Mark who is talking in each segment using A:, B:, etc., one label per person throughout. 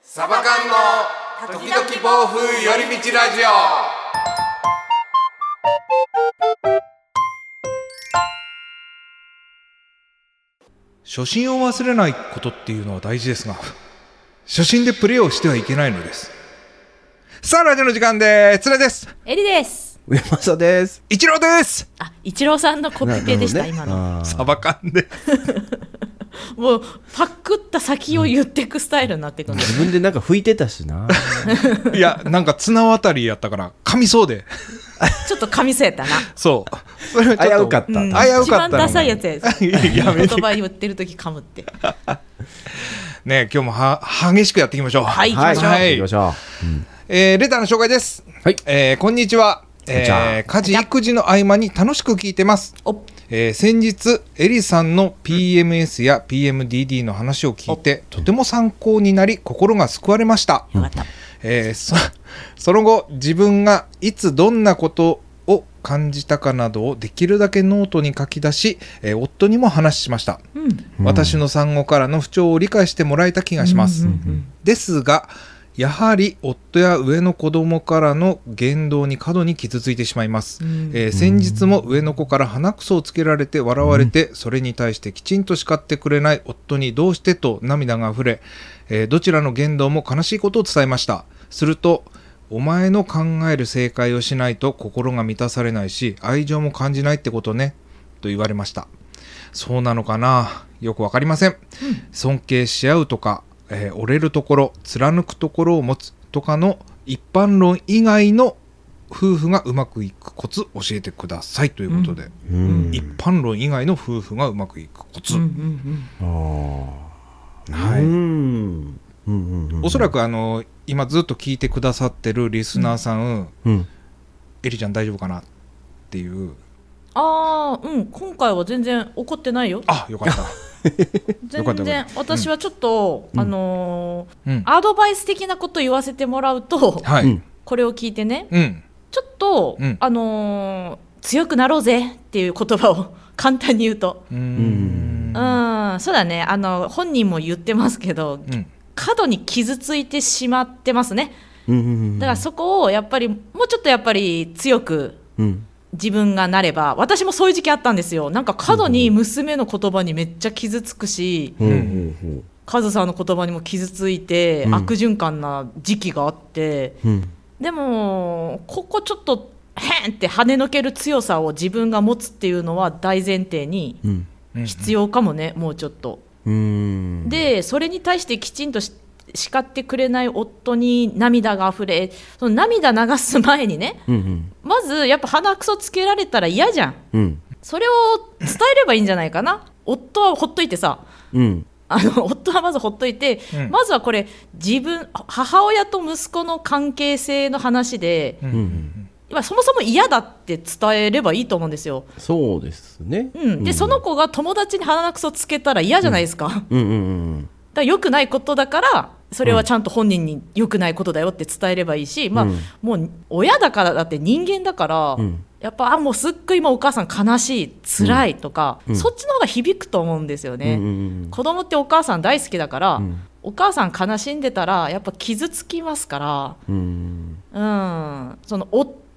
A: サバ缶の時々暴風寄り道ラジオ
B: 初心を忘れないことっていうのは大事ですが、初心でプレーをしてはいけないのです。さあ、ラジオの時間です。つれです。
C: エリです。
D: 上政です。
B: 一郎です。
C: あ、一郎さんのコピペでした、今の。
D: の。
B: サバ缶で。
C: もう、パクった先を言ってくスタイルになってくるんです。
D: 自分でなんか吹いてたしな。
B: いや、なんか綱渡りやったから、噛みそうで。
C: ちょっと噛みせ たな。
B: そう。それはちょと
D: 危うかった
C: うん
B: 危うかったの
C: 一番ダサいやつや です。
B: やめ
C: 言
B: て。
C: 葉言ってる時噛むって。
B: ね今日もは激しくやっていきましょう。はい
D: はい、
B: は
D: 行
B: い
D: きましょ
B: えーレターの紹介です。
D: はい
B: えーこんにちは。
D: んにちは
B: えー家事育児の合間に楽しく聞いてます。
C: お、
B: えー先日エリさんの PMS や PMDD の話を聞いてとても参考になり心が救われました、
C: よかった。
B: えーそその後自分がいつどんなことを感じたかなどをできるだけノートに書き出し、えー夫にも話しました、
C: うん。
B: 私の産後からの不調を理解してもらえた気がします、
C: うんうん
B: ですがやはり夫や上の子供からの言動に過度に傷ついてしまいます、
C: うん
B: えー先日も上の子から鼻くそをつけられて笑われて、それに対してきちんと叱ってくれない夫にどうしてと涙が溢れ、えーどちらの言動も悲しいことを伝えましたするとお前の考える正解をしないと心が満たされないし愛情も感じないってことねと言われましたそうなのかなよくわかりません、尊敬し合うとか、えー折れるところ貫くところを持つとかの一般論以外の夫婦がうまくいくコツ教えてくださいということで、
D: う。うん。
B: 一般論以外の夫婦がうまくいくコツ、
C: うんうん
B: はい
D: うん。うん。うん。
B: おそらくあの今ずっと聞いてくださってるリスナーさん、
D: うん。
B: エリちゃん大丈夫かなっていう
C: ああ、うん、今回は全然怒ってないよ。
B: あよかった、よかっ
C: 全
B: た
C: 然、私はちょっと、あのー
B: うん、
C: アドバイス的なこと言わせてもらうと、
B: はい、
D: うん
C: これを聞いてね、
B: うん
C: ちょっと、
B: うん
C: あのー強くなろうぜっていう言葉を簡単に言うと、
B: うー
C: うんん、そうだね、あの本人も言ってますけど、
B: うん
C: 過度に傷ついてしまってますね。
D: うん。
C: だからそこをやっぱりもうちょっとやっぱり強く
D: うん。
C: 自分がなれば、私もそういう時期あったんですよ。なんか過度に娘の言葉にめっちゃ傷つくし、
D: うん。うん。
C: カズさんの言葉にも傷ついて、
D: うん
C: 悪循環な時期があって。
D: うん。
C: でもここちょっとへんって跳ねのける強さを自分が持つっていうのは大前提に
D: うん。
B: うん
C: 必要かもね、もうちょっと。
D: うん。
C: でそれに対してきちんとし叱ってくれない夫に涙が溢れその涙流す前にね
D: うん。うん。
C: まずやっぱ鼻くそつけられたら嫌じゃん
D: うん。
C: それを伝えればいいんじゃないかな夫はほっといてさ
D: うん。
C: あの夫はまずほっといて、
B: うん
C: まずはこれ自分母親と息子の関係性の話で、
B: うん
D: うん。
C: まあ、そもそも嫌だって伝えればいいと思うんですよ。
D: そうですね。
C: うん、で、その。子が友達に鼻くそつけたら嫌じゃないですか。だか
D: うん。うん。
C: ら良くないことだから、それはちゃんと本人に良くないことだよって伝えればいいし、まあ
D: うん、
C: もう親だからだって人間だから、
D: うん
C: やっぱ、あ、もうすっごい今お母さん悲しい、辛いとか、
D: うん
C: そっちの方が響くと思うんですよ
D: うん。う
C: ね。
D: ん。
C: 子供ってお母さん大好きだから、
D: ん
C: お母さん悲しんでたら、やっぱ傷つきますから、
D: うん。
C: うん、その夫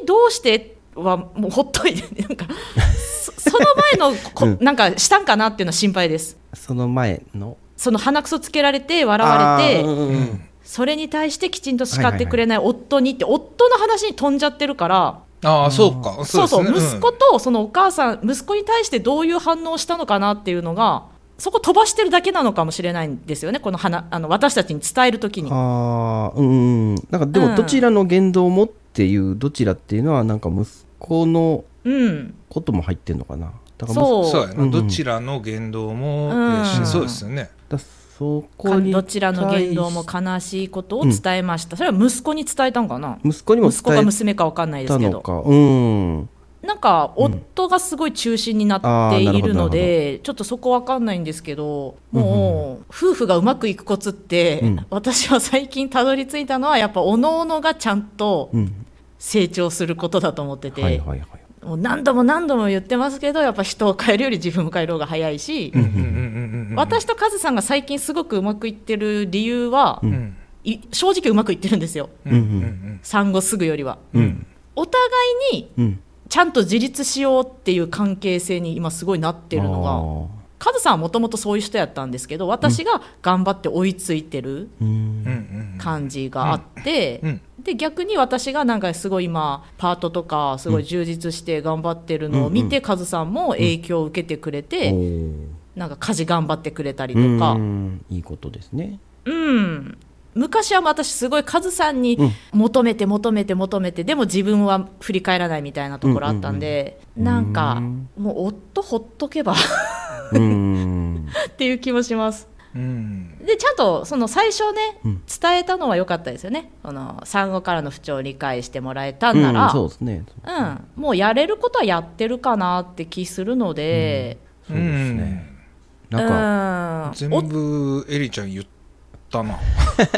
C: にどうしてはもうほっといて、 なんかそその前のこ、
D: うん
C: なんかしたんかなっていうのは心配です。
D: その前の。
C: その鼻くそつけられて笑われて
D: うん。
C: それに対してきちんと叱ってくれない夫にって、夫の話に飛んじゃってるから
B: ああそうか
C: そうそう
B: ですね
C: 息子とそのお母さん息子に対してどういう反応をしたのかなっていうのがそこ飛ばしてるだけなのかもしれないんですよねこの話あの私たちに伝えるときに。
D: ああ、うんうん。なんかで
C: う
D: も、
C: ん
D: どちらの言動もっていう、どちらっていうのは、なんか息子の
C: うん、
D: ことも入ってんのかな。だから
C: そう
B: そうやな、
D: うんうん
B: どちらの言動も、
C: うん
B: えーしそうですよね、
D: だそこ
C: か
D: に
C: どちらの言動も
D: 対
C: 悲しいことを伝えました、それは息子に伝えたんかな
D: し息子にも
C: 息子か
D: 伝
C: 娘かわかんない
D: え
C: です
D: た
C: け
D: の
C: ど
D: かうん
C: なんか夫がすごい中心になっているので、ちょっとそこわかんないんですけどもう夫婦がうまくいくコツって、
D: うん
C: 私は最近たどり着いたのはやっぱおのおのがちゃんと
D: うん
C: 成長することだと思ってて、
D: はいはいはい
C: もう何度も何度も言ってますけどやっぱ人を変えるより自分を変える方が早いし、私とカズさんが最近すごくうまくいってる理由は、
B: ん
C: い正直うまくいってるんですよ
D: うんうん
C: 産後すぐよりは。
D: うん
C: お互いに
D: うん
C: ちゃんと自立しようっていう関係性に今すごいなってるの
D: あ
C: が
D: ー
C: カズさんはもともとそういう人やったんですけど私が頑張って追いついてる
D: うん
C: 感じがあって、
B: うん
C: で逆に私がなんかすごい今パートとかすごい充実して頑張ってるのを見て、カズさんも影響を受けてくれて、なんか家事頑張ってくれたり
D: おー
C: とか、
D: うんいいことですね
C: うん昔は私すごいカズさんに求めて求めて求めてでも自分は振り返らないみたいなところあったんで、なんかもう夫ほっとけば っ
D: うん
C: ていう気もします。
B: うん
C: でちゃんとその最初ね、
D: ん
C: 伝えたのは良かったですよねその産後からの不調を理解してもらえたん なら、
D: うんそうですね
C: うん、もうやれることはやってるかなって気するので、
D: そうですねなんか
C: か
B: 全
C: お
B: 部エリちゃん言ったな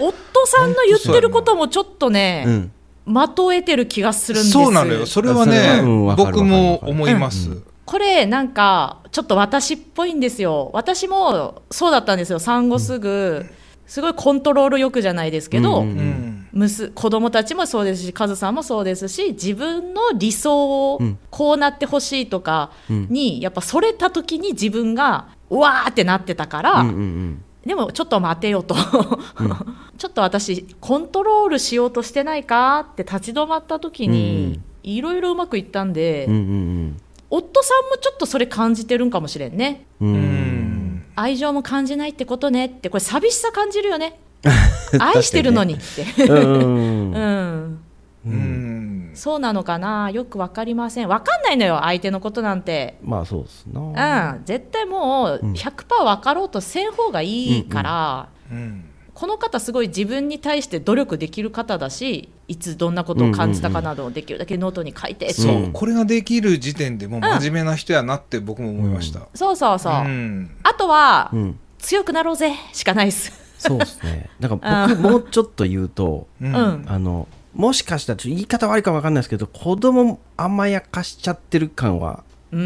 C: 夫さんの言ってることもちょっとね、
D: うん
C: まとえてる気がするんです
B: そうなのよそれは
D: それ
B: ね
D: はうんわかる
B: 僕も思います
C: これなんかちょっと私っぽいんですよ私もそうだったんですよ産後すぐ、すごいコントロールよくじゃないですけど、
D: うんうん
B: うん
C: 娘子供たちもそうですしカズさんもそうですし自分の理想を
D: うん
C: こうなってほしいとかに、やっぱそれた時に自分がうわーってなってたから、
D: うんうんうん
C: でもちょっと待てよと、 ちょっと私コントロールしようとしてないかって立ち止まった時に、いろいろうまくいったんで、
D: うんうん
C: 夫さんもちょっとそれ感じてるんかもしれんね
D: うんう
B: うんん
C: 愛情も感じないってことねってこれ寂しさ感じるよね愛してるのにって
D: うん
C: うん
B: うん
C: そうなのかなよくわかりませんわかんないのよ相手のことなんて
D: まあそうっす
C: う
D: な。
C: ん絶対もう100%分かろうとせん方がいいから、
B: うん
C: この方すごい自分に対して努力できる方だしいつどんなことを感じたかなどをできるだけノートに書いてって
B: そう、
D: うん
B: これができる時点でもう真面目な人やなって僕も思いました、
C: そうそうそう、
B: うん
C: あとは、
D: うん。
C: 強くなろうぜしかないです
D: そうっす ね。だから僕もうちょっと言うと、
B: う
C: うんん、
D: あの、もしかしたら、ちょっと言い方悪いかわかんないですけど、子供甘やかしちゃってる感は、
C: うー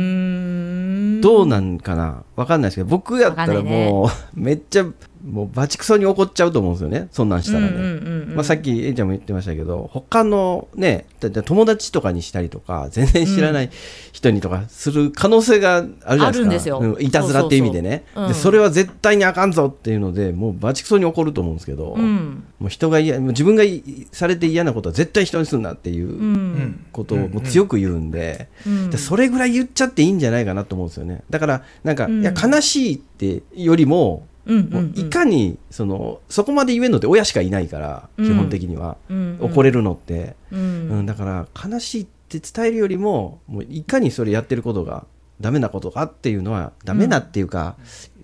C: ん
D: どうなんかなわかんないですけど、僕やった
C: わからんないね
D: もう、 めっちゃ、もう、バチクソに怒っちゃうと思うんですよね。そんなんしたら
C: うん
D: ね。
C: うんうんうん
D: まあ、さっき、えいちゃんも言ってましたけど、他のね、だって友達とかにしたりとか、全然知らない人にとかする可能性があるじゃないですか。
C: あるんですよ
D: うんいたずらっていう意味でね。
C: そうそうそううん
D: で、それは絶対にあかんぞっていうので、もうバチクソに怒ると思うんですけど、
C: うん
D: もう人が嫌、もう自分がいされて嫌なことは絶対人にするなっていうううんことをもう強く言うんで、
C: うん
D: でそれぐらい言っちゃっていいんじゃないかなと思うんですよね。だから、なんか、
C: うん
D: いや、悲しいってよりも、
C: うんう
D: もうん
C: う
D: い
C: ん
D: かにそのそこまで言えるのって親しかいないから、
C: うん
D: 基本的には、
C: うん
D: 怒れるのって、
C: う
D: うん
C: ん
D: だから悲しいって伝えるよりももういかにそれやってることがダメなことかっていうのはダメなっていうか、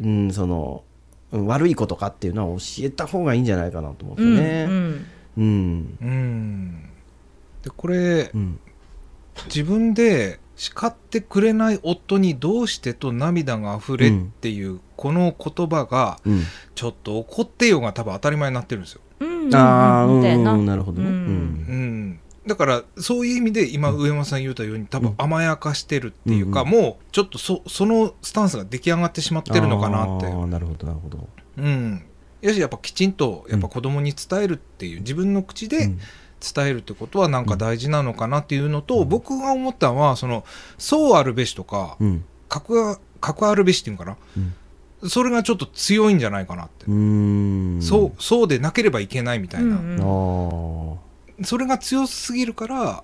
D: うんそのうん悪いことかっていうのは教えた方がいいんじゃないかなと思うんですよ
C: う
D: ね。
C: ん
D: うん
B: うんでこれ
D: うん
B: 自分で叱ってくれない夫にどうしてと涙が溢れっていう、この言葉が
D: うん
B: ちょっと怒ってよが多分当たり前になってるんですよ、
C: うんうん
D: ああ
C: うんみたいな
D: うんなるほどね。う
C: うん
D: ん
B: うん、だからそういう意味で今上山さん言うたように多分甘やかしてるっていうか、
D: うん
B: もうちょっとそそのスタンスが出来上がってしまってるのかなって
D: あーなるほどなるほど。
B: うん、やしやっぱきちんとやっぱ子供に伝えるっていう、自分の口
D: う
B: で
D: ん
B: 伝えるってことはなんか大事なのかなっていうのと、僕が思ったのはそのそうあるべしとか
D: うん
B: 格が格あるべしっていうのかな、それがちょっと強いんじゃないかなって、
D: うん
B: そうそうでなければいけないみたいな、
C: うん
D: あー
B: それが強すぎるから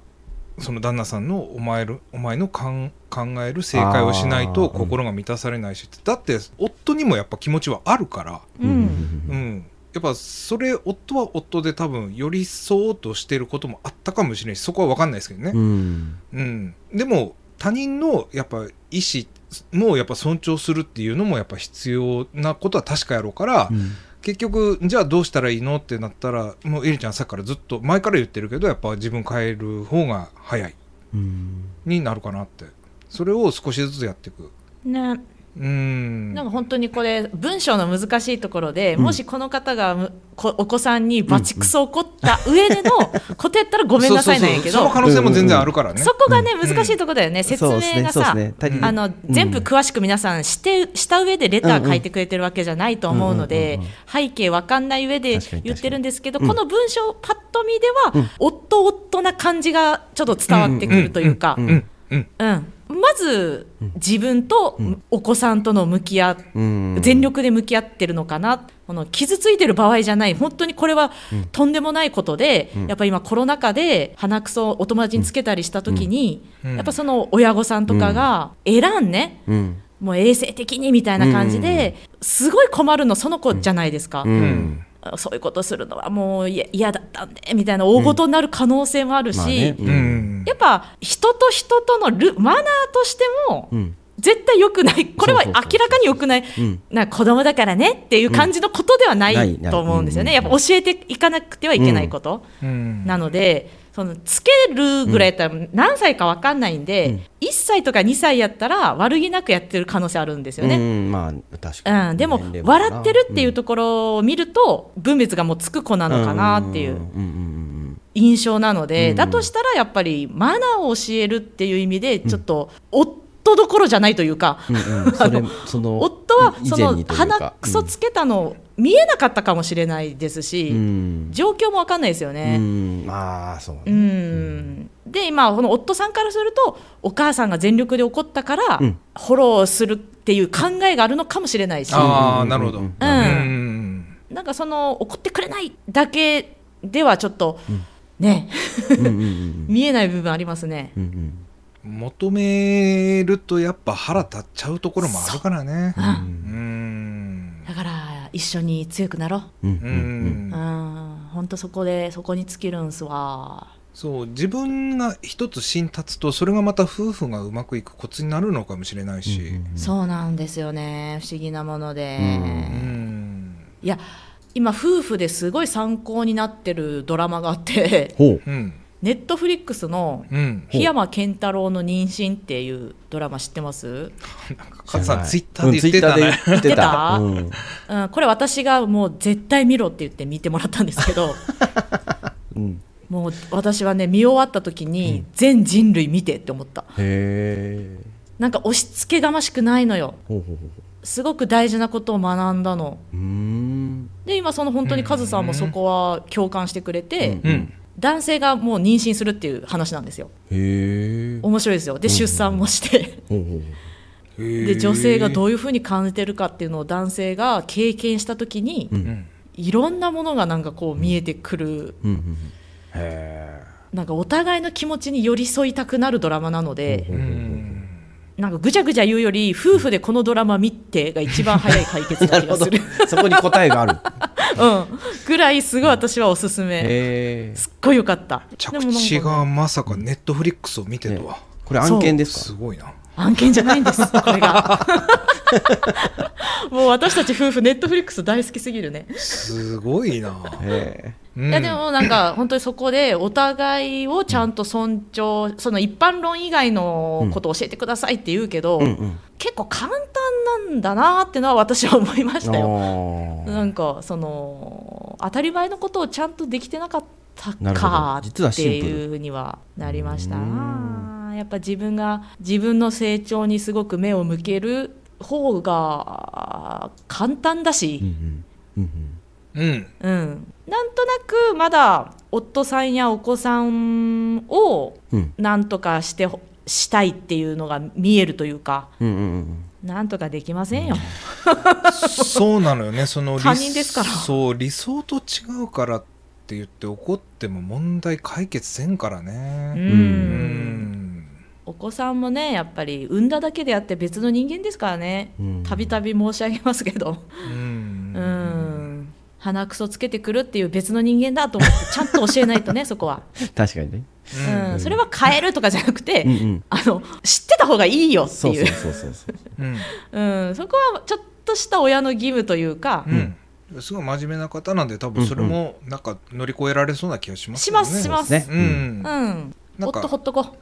B: その旦那さんのお前るお前のかん考える正解をしない
D: あ
B: と
D: ーうん
B: 心が満たされないし、だって夫にもやっぱ気持ちはあるから。
C: う
D: うんん
B: うん、やっぱそれ夫は夫で多分寄り添おうとしてることもあったかもしれないしそこは分かんないですけど
D: う
B: ね、
D: ん
B: うんでも他人のやっぱ意思もやっぱ尊重するっていうのもやっぱ必要なことは確かやろうから、
D: うん
B: 結局じゃあどうしたらいいのってなったらもうエリちゃんさっきからずっと前から言ってるけどやっぱ自分変える方が早い
D: うん
B: になるかなってそれを少しずつやっていく。
C: ね
B: うん
C: なんか本当にこれ文章の難しいところで、もしこの方がむこお子さんにバチクソ怒った上でのことやったらごめんなさいなんやけ
B: そ
C: ど
B: うそうそうその可能性も全然あるからね、
C: そこがね難しいところだよね、説
D: そうです
C: 明
D: ね
C: が
D: そうで
C: さ、
D: すね足り
C: あの全部詳しく皆さんしてした上でレター書いてくれてるわけじゃないと思うので、背景わかんない上で
D: 確かに
C: 言ってるんですけど、この文章パッと見では、おっとおっとな感じがちょっと伝わってくるというか、
B: うんうん
C: うんまず自分とお子さんとの向き合う
D: うん
C: 全力で向き合ってるのかな、この傷ついてる場合じゃない、本当にこれはとんでもないことで、やっぱり今、コロナ禍で鼻くそをお友達につけたりしたときに、
B: ん
C: やっぱその親御さんとかが、選んね、
D: うん
C: もう衛生的にみたいな感じで、すごい困るの、その子じゃないですか。
D: うん
C: そういうことするのはもういや嫌だったんでみたいな大事になる可能性もあるし、
D: まあね
B: うんうん
C: やっぱ人と人とのルマナーとしても、
D: うん
C: 絶対良くない、これは
D: そ
C: 明
D: うそうそうそう
C: らかに良くない、
D: うん
C: なんか子供だからねっていう感じのことではな
D: うんないいない
C: と思うんですよね、
D: うん
C: やっぱ教えていかなくてはいけないこと
B: うん
C: なので、そのつけるぐらいやったら、何歳か分かんないんで、1歳とか2歳やったら、悪気なくやってる可能性あるんですよ
D: う
C: ね。
D: んまあ確かに
C: うん、でも
D: 年齢な
C: 笑ってるっていうところを見ると分別がもうつく子なのかなっていう
D: うんうんうん
C: 印象なので、だとしたらやっぱりマナーを教えるっていう意味でちょっと夫どころじゃないというか、
D: うんうんそれその
C: 夫はそ
D: 以前
C: の
D: にというか
C: 鼻くそつけたの見えなかったかもしれないですし、
D: うん
C: 状況も分かんないですよ
D: う
C: ね。
D: んまあそうね
C: うんで今この夫さんからするとお母さんが全力で怒ったから、
D: うん
C: フォローするっていう考えがあるのかもしれないし。
B: ああなるほど、うん
C: んなんかその怒ってくれないだけではちょっと、ね見えない部分ありますね。
D: うんうん
B: 求めるとやっぱ腹立っちゃうところもあるからね
C: う
B: うんん
C: だから一緒に強くなろ
D: うん
B: う
D: うん
B: ん
C: う。うん、本当そこでそこに尽きるんすわ。
B: そう自分が一つ芯立つとそれがまた夫婦がうまくいくコツになるのかもしれないし
C: そうなんですよね。不思議なもので、
B: うん
C: いや。今夫婦ですごい参考になってるドラマがあって
D: ほう
B: うん
C: ネットフリックスの
B: うん
C: 檜山健太郎の妊娠っていうドラマ知ってます
B: カズさんツイッタ
D: う
B: ー
D: ん
B: で言ってた
D: ツ
B: ね、
D: イッターで言ってた
C: 言
D: うん
C: うん、これ私がもう絶対見ろって言って見てもらったんですけど
D: うん
C: もう私はね見終わった時に全人類見てって思った
D: へえ
C: なんか押し付けがましくないのよ
D: ほうほうほうほ
C: すごく大事なことを学んだの
D: ううーん
C: で今その本当にカズさんもそこは共感してくれて、
D: うん
B: うん
C: 男性がもう妊娠するっていう話なんですよ
D: へえ
C: 面白いですよで出産もして
D: ほうほうほう
B: で
C: で女性がどういうふうに感じてるかっていうのを男性が経験した時に、
B: ん
C: いろんなものがなんかこう見えてくる
D: うんうんうんへ
C: なんかお互いの気持ちに寄り添いたくなるドラマなので、
B: うん
C: なんかぐちゃぐちゃ言うより夫婦でこのドラマ見てが一番早い解決
D: えな
C: な気
D: るほ
C: が
D: ど
C: する
D: そこに答えがある
C: うん、ぐらいすごい私はおすすめ
D: へえ
C: すっごいよかったでもなん
B: 着
C: か
B: 地がまさかネットフリックスを見てとは、
D: これ案件です
B: す
D: か
B: ごいな
C: 案件じゃないんですこれ がもう私たち夫婦ネットフリックス大好きすぎるね、
B: すごいな、
D: へ
B: うん
C: いやでもなんか本当にそこでお互いをちゃんと尊重その一般論以外のことを教えてくださいって言うけど、
D: えうんうん
C: 結構簡単なんだなってのは私は思いましたよ。
D: あー
C: なんかその当たり前のことをちゃんとできてなかった
D: なるほ
C: か
D: ど実は
C: って
D: シンプル
C: いうにはなりました
D: う
C: やっぱ自分が自分の成長にすごく目を向ける方が簡単だ
D: う
C: し、
D: んうんうん
B: うん
C: うんなんとなくまだ夫さんやお子さんを
D: うん
C: なんとかしてほしたいっていうのが見えるというか
D: うんうんうん
C: なんとかできませんよ。
B: そうなのよねその理
C: 他人ですから
B: そう理想と違うからって言って怒っても問題解決せんから
C: う
B: ねうん
C: んお子さんもねやっぱり産んだだけであって別の人間ですからね
D: うん
C: たびたび申し上げますけど
B: うん
C: うん鼻くそつけてくるっていう別の人間だと思ってちゃんと教えないとねそこは、
D: 確かにね
C: うんそれは変えるとかじゃなくて、
D: うんうん
C: あの知ってた方がいいよって
D: そう
C: い
D: そううそうそうそう
B: うん
C: うん、そこはちょっとした親の義務というか、
B: うんすごい真面目な方なんで多分それもなんか乗り越えられそうな気がします
C: し
B: よね
C: ますします
D: ね
B: うん
C: うん、
B: なんか
C: 夫ほっとこ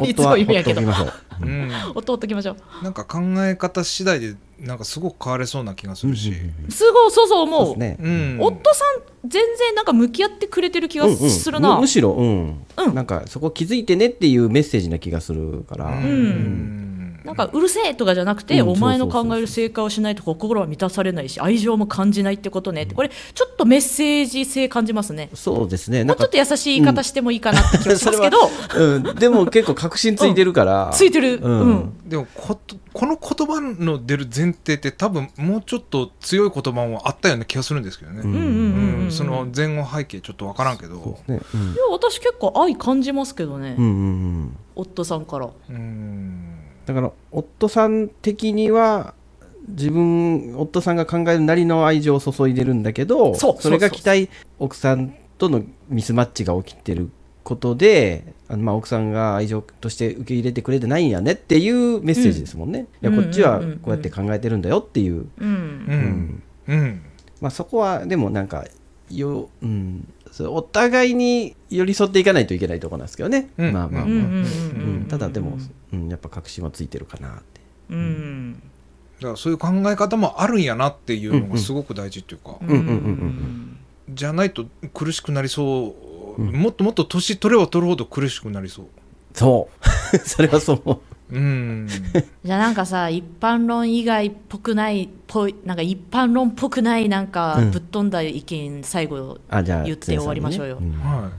C: ういつ
D: 夫は
C: も
D: ほっ
C: 夢や
D: と
C: け
D: き
C: ど
D: ましょう。
B: うん、
C: 夫ほっときましょ
B: なんか考え方次第でなんかすごく変われそうな気がするし、
C: うすごいそうそう
D: そう
C: 思
D: で
C: う
D: すね。
B: うん
C: 夫さん全然なんか向き合ってくれてる気がするな、
D: うんうんむむしろ、うん
C: うん
D: なんかそこ気づいてねっていうメッセージな気がするから、
B: うん
C: なんかうるせえとかじゃなくて、
D: うん
C: お前の
D: そうそうそうそう
C: 考える正解をしないと心は満たされないし愛情も感じないってことねってこれちょっとメッセージ性感じますね
D: そうですね
C: も
D: な
C: うんちょ
D: か
C: っと優しい言い方してもいいかなって気がしますけど、
D: うん、 でも結構確信ついてるから、
C: ついてるうん、
B: でもことこの言葉の出る前提って多分もうちょっと強い言葉もあったような気がするんですけどね、
C: うんうん
B: う
C: うん
B: ん
C: うん
B: その前後背景ちょっと分からんけど
D: そうですね
C: いや私結構愛感じますけどね、
D: うんうんうんうん
C: 夫さんから
B: うん
D: だから夫さん的には自分夫さんが考えるなりの愛情を注いでるんだけど
C: そうそう
D: れが
C: そう
D: 期待奥さんとのミスマッチが起きてることであの、まあ、奥さんが愛情として受け入れてくれてないんやねっていうメッセージですもんね、
C: うん
D: いやこっちは
C: うんうんうんうん
D: こうやって考えてるんだよっていう、
C: うん
B: うんうん
D: まあ、そこはでもなんかよ、うん、それお互いに寄り添っていかないといけないところなんですけどね、
B: うん
D: まあまあまあ、
C: うんうん
D: う
C: うんん
D: ただでも、うん、やっぱ確信はついてるかなって。
C: うん
B: だからそういう考え方もあるんやなっていうのがすごく大事っていうか、
D: うんうんうんうん
B: じゃないと苦しくなりそう、もっともっと年取れば取るほど苦しくなりそう
D: そう。 それはそう思
B: うん
C: じゃあなんかさ一般論以外っぽくないぽいなんか一般論っぽくないなんか
D: うん
C: ぶっ飛んだ意見最後
D: う。あ、じゃあ、
C: 言って終わりましょうよ
D: 常さんにね
B: は、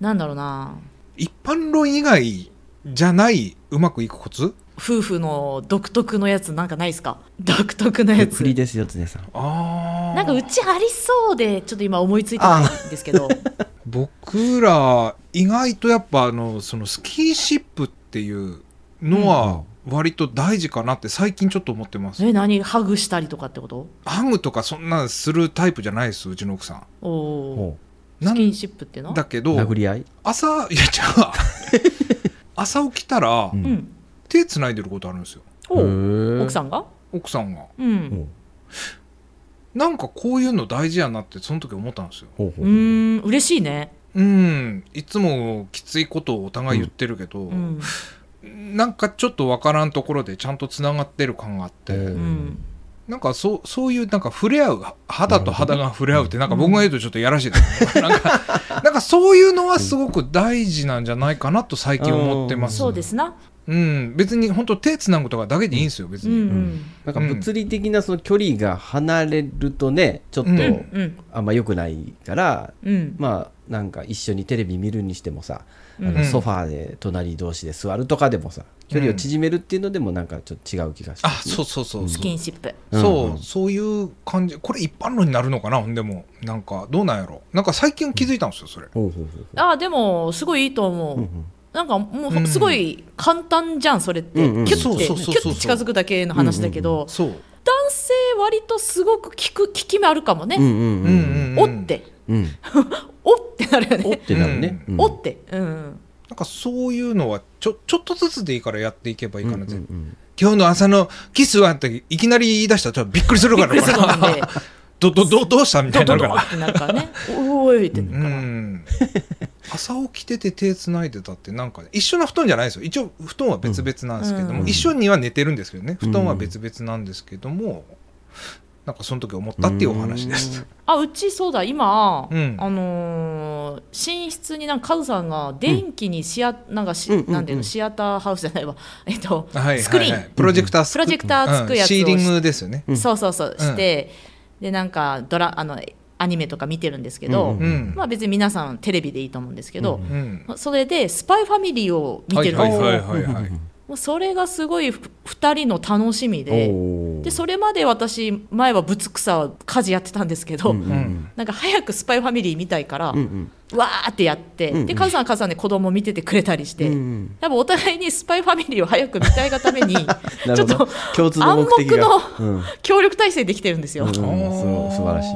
C: なんだろうない
B: 一般論以外じゃないうまくいくコツ
C: 夫婦の独特のやつなんかないですか独特の
D: うん
C: や
D: 振
C: つ
D: りですよ、常さん。
B: あ
C: なんか
B: あ
C: うちありそうでちょっと今思いついてないんですけど
B: 僕ら意外とやっぱあのそのスキーシップっていうのは割と大事かなって最近ちょっと思ってま す、
C: え何ハグしたりとかってこと
B: ハグとかそんなんするタイプじゃないですうちの奥さ
C: おお
D: も
C: ー
B: んな
C: スキ
B: ん
C: ンシップっていうの
B: だけど
D: う、殴り合い
B: 朝いや違 うわ朝起きたら
D: う
C: うん
B: 手つないでることあるんですよ
C: おう
D: 奥
C: 奥
D: ん。
C: さんが
B: 奥さんが
C: うん
B: なんかこういうの大事やなってその時思ったんですよ
D: ほうほ
C: う
D: う。
C: ーん嬉しいね
B: うんいつもきついことをお互い言ってるけど、
C: うん
B: なんかちょっとわからんところでちゃんとつながってる感があって、
D: う
C: うんん
B: なんかそうそういうなんか触れ合うは肌と肌が触れ合うってなんか僕が言うとちょっとやらしいです けど、なんかなんかそういうのはすごく大事なんじゃないかなと最近思ってます、
C: そうですな
B: うん、別に本当手つなぐとかだけでいいんですよ別
C: うん
B: に、
D: なんか物理的なその距離が離れるとね、ちょっと
B: うん
C: うんうん
D: あんま良くないから、
C: うん
D: まあなんか一緒にテレビ見るにしてもさ、あ
B: う
D: の
B: ん
D: ソファーで隣同士で座るとかでもさ、距離を縮めるっていうのでもなんかちょっと違う気がして。
B: あそうそうそう
C: スキンシップ
B: そう、
D: うんうん
B: そういう感じこれ一般論になるのかなほんでもなんかどうなんやろなんか最近気づいたんですよそれ、
D: ほうほうほうほう
C: あーでもすごいいいと思う、
D: うんうん
C: なんかも
B: うん
C: うすごい簡単じゃんそれって、
D: うんうん
C: キュッてキ
B: そう
C: ュ
B: そうそうそう
C: ッて近づくだけの話だけど、
B: そう
C: 男性割とすごく聞く聞き目あるかも
D: う
C: ね、
D: んうん
B: う
D: うん
B: うんん、うん、
C: おって
D: うん。
C: おってなるよ
D: おっ
C: ね
D: てなるね。うん
C: おってうん
B: なんかそういうのはちょちょっとずつでいいからやっていけばいいかなって、
D: うんうん
B: 今日の朝のキスはっていきなり言い出したらちょっとびっくりする
C: び
B: か
C: っ
B: ら
C: くりするの
B: これ
C: で
B: どどどどうしたみたい
C: ド
B: にな
C: ド
B: る
C: ド
B: か
C: ン
B: ら
C: ってなるからねおーいってな
B: う
C: るから、
B: ん朝起きてて手つないでたってなんかね一緒な布団じゃないですよ一応布団は別々なんですけども、
C: うん
B: 一緒には寝てるんですけどね
D: うん
B: 布団は別々なんですけども、なんかその時思ったっていうお話です。
C: あうちそうだ今、
B: うん
C: あのー寝室になんかカズさんが電気にシア、なんかし、
D: うんうんうん
C: なんていうのシアターハウスじゃないわ えっと、
B: はいはいはい
C: スクリーン
B: プロジェクタース
C: プロジェクターつくやつを
B: うんシーリングですよね。
D: うん
C: そうそうそう
B: うん
C: して、でなんかドラあのアニメとか見てるんですけど、
D: うん
B: うん
C: まあ、別に皆さんテレビでいいと思うんですけど、
B: うん
C: それで「スパイファミリー」を見てるん
B: は
C: で
B: い
C: すよ、
B: はいはいはいはい。
C: もうそれがすごい2人の楽しみで
D: おー
C: でそれまで私前はぶつくさ家事やってたんですけど、
D: うんうん
B: うん
C: なんか早く「スパイファミリー」見たいから、
D: うんうん
C: わーってやって、
D: うんうん
C: でカズさんはカズさんで子供見ててくれたりして、
D: うんうん
C: 多分お互いに「スパイファミリー」を早く見たいがためにち
D: な
C: ょっ
D: るほど
C: と
D: 共通の目的が
C: 暗黙
D: の、うん
C: 協力体制できてるんですよ。
D: うんそう素晴らしい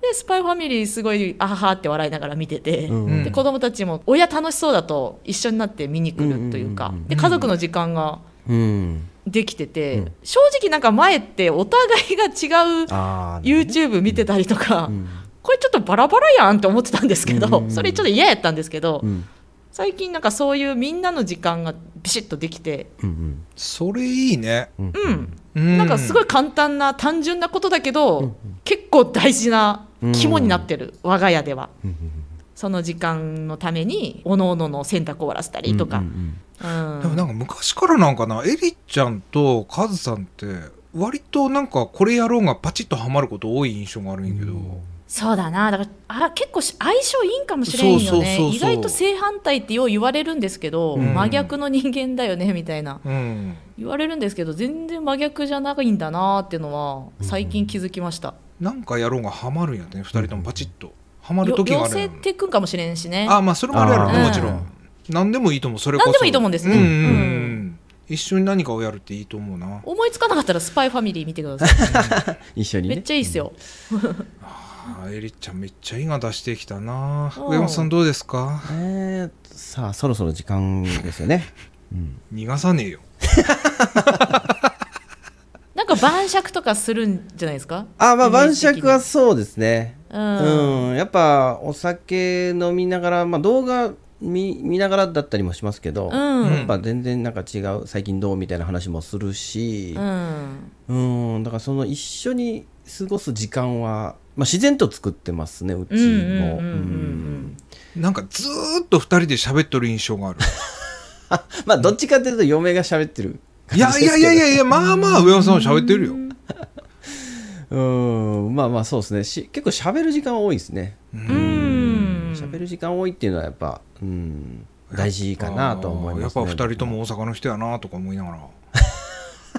C: で「スパイファミリー」すごいあははって笑いながら見てて、
D: うん
B: うん
C: で子供たちも親楽しそうだと一緒になって見に来るという
D: う
C: か
D: んうんうんうん
C: で家族の時間が
D: うん、
C: できてて、
D: うん
C: 正直なんか前ってお互いが違う
D: あー
C: YouTube 見てたりとか、
D: うん
C: これちょっとバラバラやんって思ってたんですけど、
D: うん
C: それちょっと嫌やったんですけど、
D: うん
C: 最近なんかそういうみんなの時間がビシッとできて
D: うん
B: それいいね、
D: うん
C: う
D: うん
B: うん
C: なんかすごい簡単な単純なことだけど、結構大事な肝になってる、我が家では
D: うん
C: その時間のためにおのおのの洗濯を終わらせた
D: うん
C: りとか、
D: う
C: うん
D: うんん
B: でもなんか昔からなんかなエリちゃんとカズさんって割となんかこれやろうがパチッとハマること多い印象があるんやけど、
C: そうだなだからあ結構し相性いいんかもしれんよね
B: そうそうそうそう
C: 意外と正反対ってよう言われるんですけど、
B: ん
C: 真逆の人間だよねみたいな
B: うん、
C: 言われるんですけど全然真逆じゃないんだなっていうのは最近気づきました、
B: なんかやろうがハマるんやってね2人ともパチッとハマる時が
C: よ
B: あ
C: 寄
B: るんや
C: せてくんかもしれんしね
B: あまあそれもあるやろね
C: あー
B: もちろん何でもいいと思うそれこそ
C: 何でもいいと思うんですね
B: うんうんう
C: うん
B: ん一緒に何かをやるっていいと思うな
C: 思いつかなかったら「スパイファミリー見てください
D: 一緒に
C: めっ
D: ね
C: ちゃいいですよ
B: あーエリちゃんめっちゃいいが出してきたな
C: うん
B: 上本さんどうですか
D: えーさあそろそろ時間ですよねうん
B: 逃がさねえよ
C: なんか晩酌とかするんじゃないですか
D: あま
C: イメ
D: あ
C: ー
D: 晩
C: ジ的に
D: 酌はそうですね
C: うん、
D: うん、やっぱお酒飲みながら、まあ、動画見見ながらだったりもしますけど、
C: うん
D: やっぱ全然なんか違う最近どうみたいな話もするし
C: う、ん、
D: うん、だからその一緒に過ごす時間は、まあ、自然と作ってますねうち
C: う
D: も。
C: んうんうんうんうん
B: なんかずーっと2人で喋っとる印象がある
D: まあどっちかというと嫁が喋ってる
B: いやいやいやいやいやまあまあ上本さんも喋ってるよ
D: うんまあまあそうですねし結構喋る時間は多いですね
C: うん
D: 喋る時間多いっていうのはやっぱ、うん、大事かなと思います、ね、
B: あーやっぱ2人とも大阪の人やなとか思いなが ら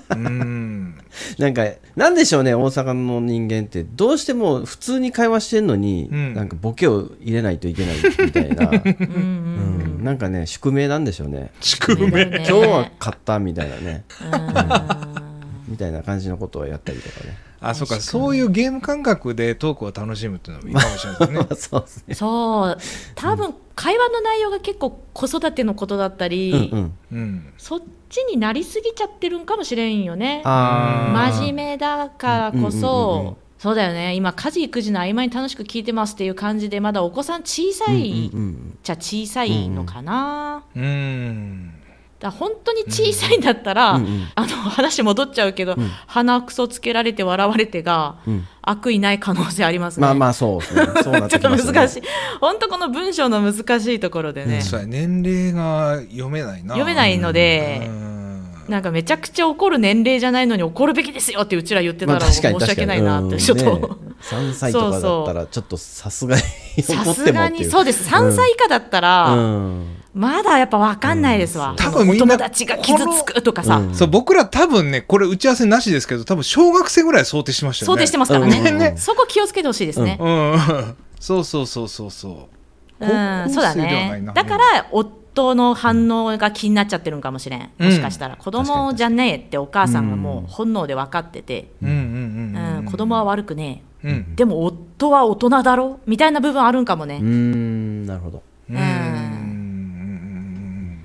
B: うーん
D: なんか、なんでしょうね、大阪の人間って、どうしても普通に会話してんのに、
B: うん
D: なんかボケを入れないといけないみたい な、
C: うんうん
D: うんなんかね、宿命なんでしょうね。
B: 宿
C: そうだよ
B: 命
C: ね
D: 今日は買ったみたいなね、
C: うん
D: みたいな感じのことをやったりとかね。
B: あそうかそういうゲーム感覚でトークを楽しむっていうのもいいかもしれないですね
D: まあそうですね。
C: そう多分会話の内容が結構子育てのことだったり、
D: うんうん。
B: うん
C: そっちになりすぎちゃってるんかもしれんよね
D: あー
C: 真面目だからこ
D: うんうんうんうん
C: そそうだよね今家事育児の合間に楽しく聞いてますっていう感じでまだお子さん小さい
D: うんうん
C: じゃ小さいのかな、
B: うーん
C: だから本当に小さいんだったら、
D: うんうん
C: あの話戻っちゃうけど、鼻くそつけられて笑われてが、
D: うん
C: 悪意ない可能性ありますね。
D: まあまあそうですね。そうな
C: ちょ
D: て
C: っ
D: き
C: と
D: ますね
C: 難しい、本当この文章の難しいところでね、
B: そうや年齢が読めないな
C: 読めないの
B: う
C: で、
B: ん
C: なんかめちゃくちゃ怒る年齢じゃないのに怒るべきですよってうちら言ってたら、申し訳ないなってちょっ
D: うんね
C: と、
D: 3歳とかだったら、ちょっとさすがに怒
C: さ
D: って
C: す
D: もっ
C: が
D: て
C: に
D: いう。
C: そうです3歳以下だったら、
D: うん。
C: まだやっぱ分かんないですわ、
B: ん多分みんな
C: お友達が傷つくとかさ、
D: うん
B: そう僕ら多分ねこれ打ち合わせなしですけど多分小学生ぐらい想定してましたよ
C: 想
B: ね
C: 定してますから
D: うんうん
C: ね
D: う、ん
C: そこ気をつけてほしいですね。
B: うんそうそうそうそうそう高校生
C: ん、そうだ
B: ではない
C: ね
B: な。
C: だから夫の反応が気になっちゃってるんかもしれん。
B: うん
C: もしかしたら子供じゃねえってお母さんがもう本能で分かってて、
B: うんうん
C: う
B: うんうん
C: ん、子供は悪くね
B: うん
C: え。でも夫は大人だろみたいな部分あるんかも
D: う
C: ね。
D: ーん、なるほど。
B: うんうんうんうん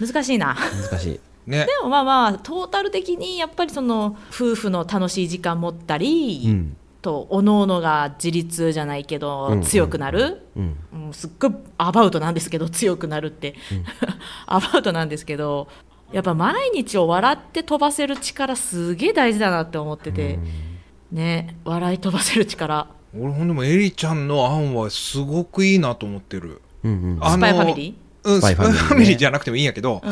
C: 難しいな。
D: 難しい。
B: ね
C: でもまあまあトータル的にやっぱりその夫婦の楽しい時間持ったり、
D: うん。
C: と各々が自立じゃないけど、
D: うん
C: 強くなる。
D: うん。
C: うんすっごいアバウトなんですけど強くなるって、 アバウトなんですけどやっぱ毎日を笑って飛ばせる力すげえ大事だなって思ってて、ね笑い飛ばせる力
B: 俺ほんでもエリちゃんの案はすごくいいなと思ってる
D: うんうん。
B: あの
C: スパイファミリ
B: うん、ス
D: ス
B: パ
D: パ
B: イ
D: イ
B: フ
D: ファ
B: ァミ
D: ミリ
B: リー
D: ーね
B: じゃなくてもいいんやけど、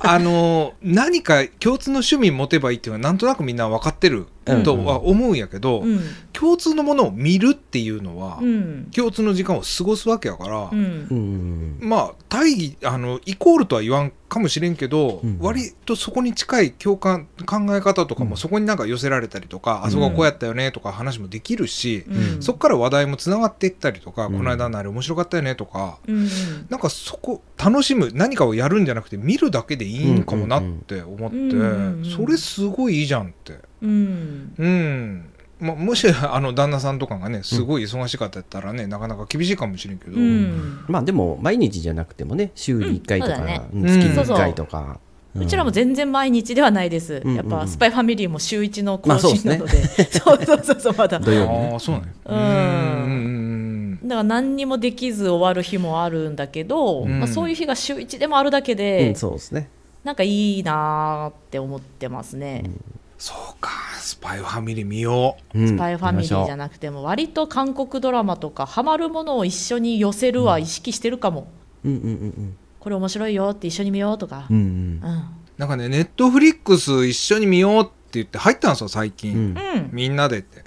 B: あの何か共通の趣味持てばいいっていうのはなんとなくみんな分かってるとは思うんやけど、
C: ーうん
B: 共通のものを見るっていうのは、
C: うん
B: 共通の時間を過ごすわけやから、
C: うん
D: うんうん
B: まあ大義あのイコールとは言わんかもしれんけど、
D: うん
B: 割とそこに近い共感考え方とかも、そこになんか寄せられたりとか、あそこはこうやったよねとか話もできるし、
C: うん
B: そこから話題もつながっていったりとか、
D: うん
B: この間のあれ面白かったよねとか、
C: うんうん
B: なんかそこ楽しむ何かをやるんじゃなくて見るだけでいいんかもなって思って、
C: うんうんうん
B: それすごいいいじゃんって。
C: うん
B: うんまもし あの旦那さんとかがねすごい忙しかったったらね、なかなか厳しいかもしれんけど、
C: うん
D: まあでも、毎日じゃなくてもね、週に1回と
C: うんそ
D: か、
C: うだね
D: うん
B: うん
D: 月に1回とか。
C: うちらも全然毎日ではないです、
D: ん
C: やっ
D: うんう
C: ぱ
D: ん
C: スパイファミリーも週一の更
D: まあそうで
C: 新
D: す
C: な
D: ね
C: ので、そうそうそうそうまだ
D: 土曜日ね。
B: ああそうなんや
C: うん
B: うんうんうん
C: だから何にもできず終わる日もあるんだけど、
B: ん
C: まあ、そういう日が週1でもあるだけで、
D: うん、そうですね。
C: なんかいいなーって思ってますね、
B: そうかスパイファミリー見よう
D: ス
C: スパイファミリーじゃ
D: な
C: なくても割と韓国ドラマとかハマるものを一緒に寄せるは意識してるかも、
D: うんうんうん
C: これ面白いよって一緒に見ようとか、
D: う
C: うん
D: ん
B: なんかねネットフリックス一緒に見ようって言って入ったんですよ最
D: う
B: 近、
D: んうん
C: うん
B: みんなでって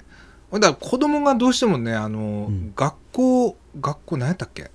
B: ほんだら子供がどうしてもねあの、
D: ん
B: 学校学校何やったっけ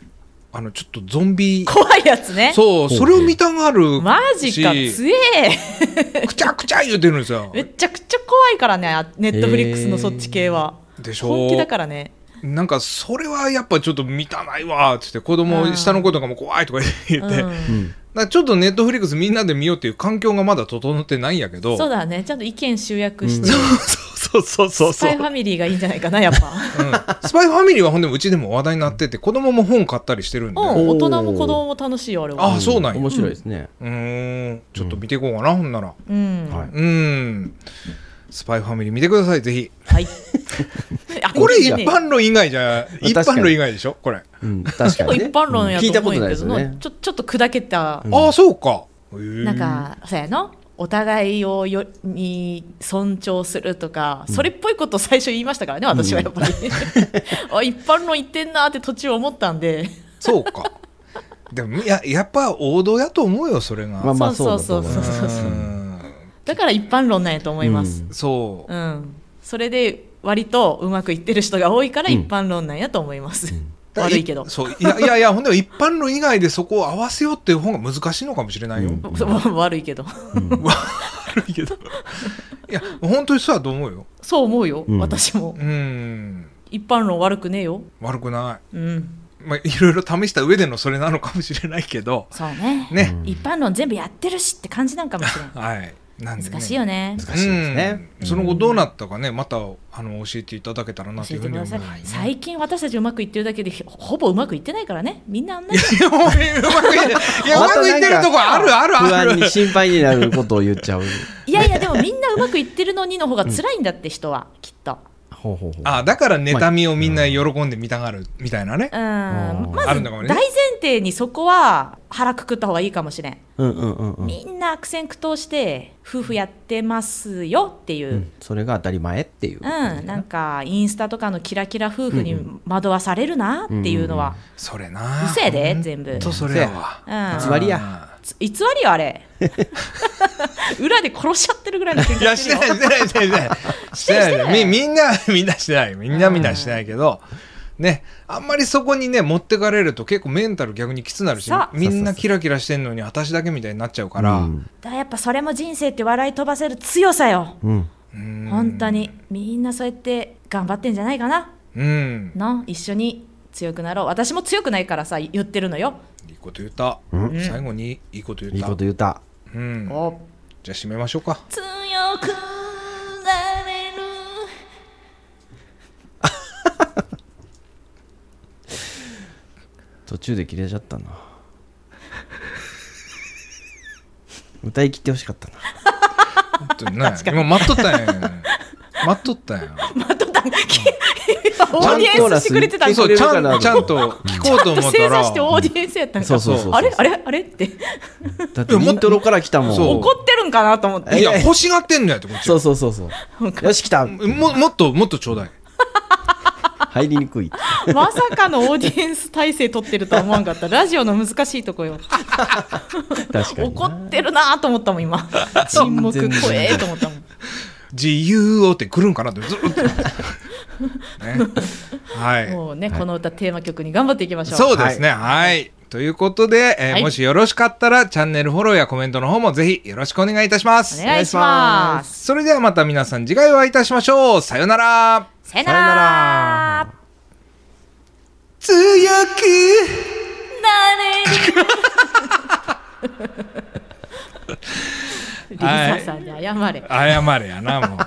B: あのちょっとゾンビ
C: 怖いやつね
B: そう
D: ほう
B: それを見たがる
C: マジか
B: し
C: 強え
B: くちゃくちゃ言うてるんですよ
C: めちゃくちゃ怖いからねあネットフリックスのそっち系は、
B: でしょ
C: 本気だからね
B: なんかそれはやっぱちょっと満たないわっつって子供下の子とかも怖いとか言って、だか
C: うん
B: らちょっとネットフリックスみんなで見ようっていう環境がまだ整ってないんやけど
C: そうだねちゃんと意見集約して、
B: そうそうそうそう
C: スパイファミリーがいいんじゃないかなやっ ぱ
B: うんスパイファミリーはほんでもうちでも話題になってて子供も本買ったりしてるんで、
C: う
B: うん
C: 大人も子供も楽しいよあれは
B: あそうなんや
D: 面白いですね。
B: ーんちょっと見ていこうかな、ほんなら
C: うん
D: はい
B: うんスパイファミリー見てくださいぜひ
C: はいあ
B: これ
C: いい
B: 一
C: ね
B: 般論以外じゃ
D: に
B: 一般論以外でしょこれ、
D: うん、確か
C: 結構
D: に、
C: 一
D: ね。
C: 般論や
D: 聞い
C: と
D: た
C: 思
D: こ
C: う
D: と
C: ん
D: な
C: や
D: い
C: けど
D: です
C: な
D: よね。
C: ちょちょっと砕けた、
B: ああそうかへー
C: なんかそうやのお互いをよに尊重するとか、それっぽいことを最初言いましたからね私はやっぱり、 あ一般論言ってんなって途中思ったんで
B: そうかでもいややっぱ王道やと思うよそれが、
D: まあまあ
C: そ
D: そうう
C: そうそ
D: だ
C: う
D: と思い
C: そうそ
D: ま
C: う
D: す
B: う
C: そうんだから一般論なんやと思います、
D: うん
B: そう、
C: うん、それで割とうまくいってる人が多いから
D: うん
C: 一般論なんやと思います、
B: だから
C: 悪いけど
B: そういやいやいやほんで一般論以外でそこを合わせようっていう方が難しいのかもしれないよ、
D: う ん
C: 悪いけど
B: 悪いけどいや本当にそうだと思うよ
C: そう思うよ、
D: うん
C: 私も
B: うん
C: 一般論悪くねえよ
B: 悪くな
C: うん
B: いまあいろいろ試した上でのそれなのかもしれないけど
C: そうね
B: ね、
C: 一般論全部やってるしって感じなんかもし れん
B: はいなんで、ね、
C: 難しいよね
D: 難しいですね。
B: うん、その後どうなったかねまたあの教えていただけたらなと
C: 教
B: い
C: え
B: う
C: て
B: ふう
C: く
B: に
C: だ
B: 思い
C: さい
B: ます、ね、
C: 最近私たちうまくいってるだけでひほほぼうまくいってないからねみんなあんなに
B: いや、もううまくいっていやうまくいってるとこあるある
D: 不
B: あ
D: 安
B: る。
D: に心配になることを言っちゃう。
C: いやいやでもみんなうまくいってるのにの方が辛いんだって人は、きっと
D: ほうほうほう。
B: あ、だから妬みをみんな喜んで見たがるみたいなね
C: う。ん
D: ー
C: ま
B: あ
C: ず
B: る
C: 大
B: のかも
C: 前
B: ね
C: 提にそこは腹くくった方がいいかもしれん
D: うんうんうんうん。
C: みんな悪戦苦闘して夫婦やってますよっていう、う
D: うんんそれが当たり前っていう。
C: なんかインスタとかのキラキラ夫婦に惑わされるなっていうのは、
B: それな。
C: 嘘やで
B: ほん
C: 全部
B: ほんとそれやわ。
C: うん
D: 偽りや。
C: つ偽りよあれ 裏で殺しちゃってるぐらいの喧
B: いや、
C: 嘩
B: し
C: してて
B: な
C: る
B: い、
C: よ
B: してない、してない。してない
C: して
B: よ
C: ない
B: みみんな、みんなしてない。みんなみんなしてないけど、ね、あんまりそこにね、持ってかれると結構メンタル逆にきつなるし
C: そう、
B: みんなキラキラしてんのに私だけみたいになっちゃうか
D: う
B: ら、
D: ん
C: だからやっぱそれも人生って笑い飛ばせる強さよ
D: うん。
B: うん
C: 本当。にみんなそうやって頑張ってんじゃないかな
B: うん。
C: の一緒に強くなろう私も強くないからさ言ってるのよ、
B: いいこと言った。
D: うん
B: 最後にいいこと
D: い
B: 言
D: い
B: っ
D: こと
B: た。
D: 言った。
B: うん。
C: お
B: じゃあ締めましょうか。
C: 強くなれる
D: 途中で切れちゃ ったな。歌い切ってほしかったな。
B: ちょっとね、今待っとったんやん。待っとったんやん。
C: まただオーディエンスしてくれてたんか
B: そう、
D: れる
B: ちゃ、
D: かなん
B: ちゃんと聞こ
C: ちょっ
B: うと思
C: と
B: った
C: 正
B: ら。
C: 座してオーディエンスやったんか
D: そうそうそうそう
C: あれあれあれって
D: だってイントロから来たもん。
B: そう
C: 怒ってるんかなと思って
B: いや、欲しがってんのやって、こっち
D: そ
B: は
D: うそうそうそう。よし来た。
B: も、もっと、もっとちょうだい。
D: 入りにくい。
C: まさかのオーディエンス体制取ってるとは思わんかったラジオの難しいとこよ
D: 確かにな。
C: 怒ってるなと思ったもん 今沈黙怖えと思ったもん
B: 自由をって来るんかなって、ずっ と。ね。はい。
C: もうね、この歌テーマ曲に頑張っていきましょう
B: そうですね、はい。ということで、えー
C: はい
B: もしよろしかったら、チャンネルフォローやコメントの方もぜひよろしくお願いいたします。
C: お願いします
B: それではまた皆さん次回お会いいたしましょう。さよなら。
C: さよなら
B: 強く。
C: リサさんに謝れ
B: 謝れやなもう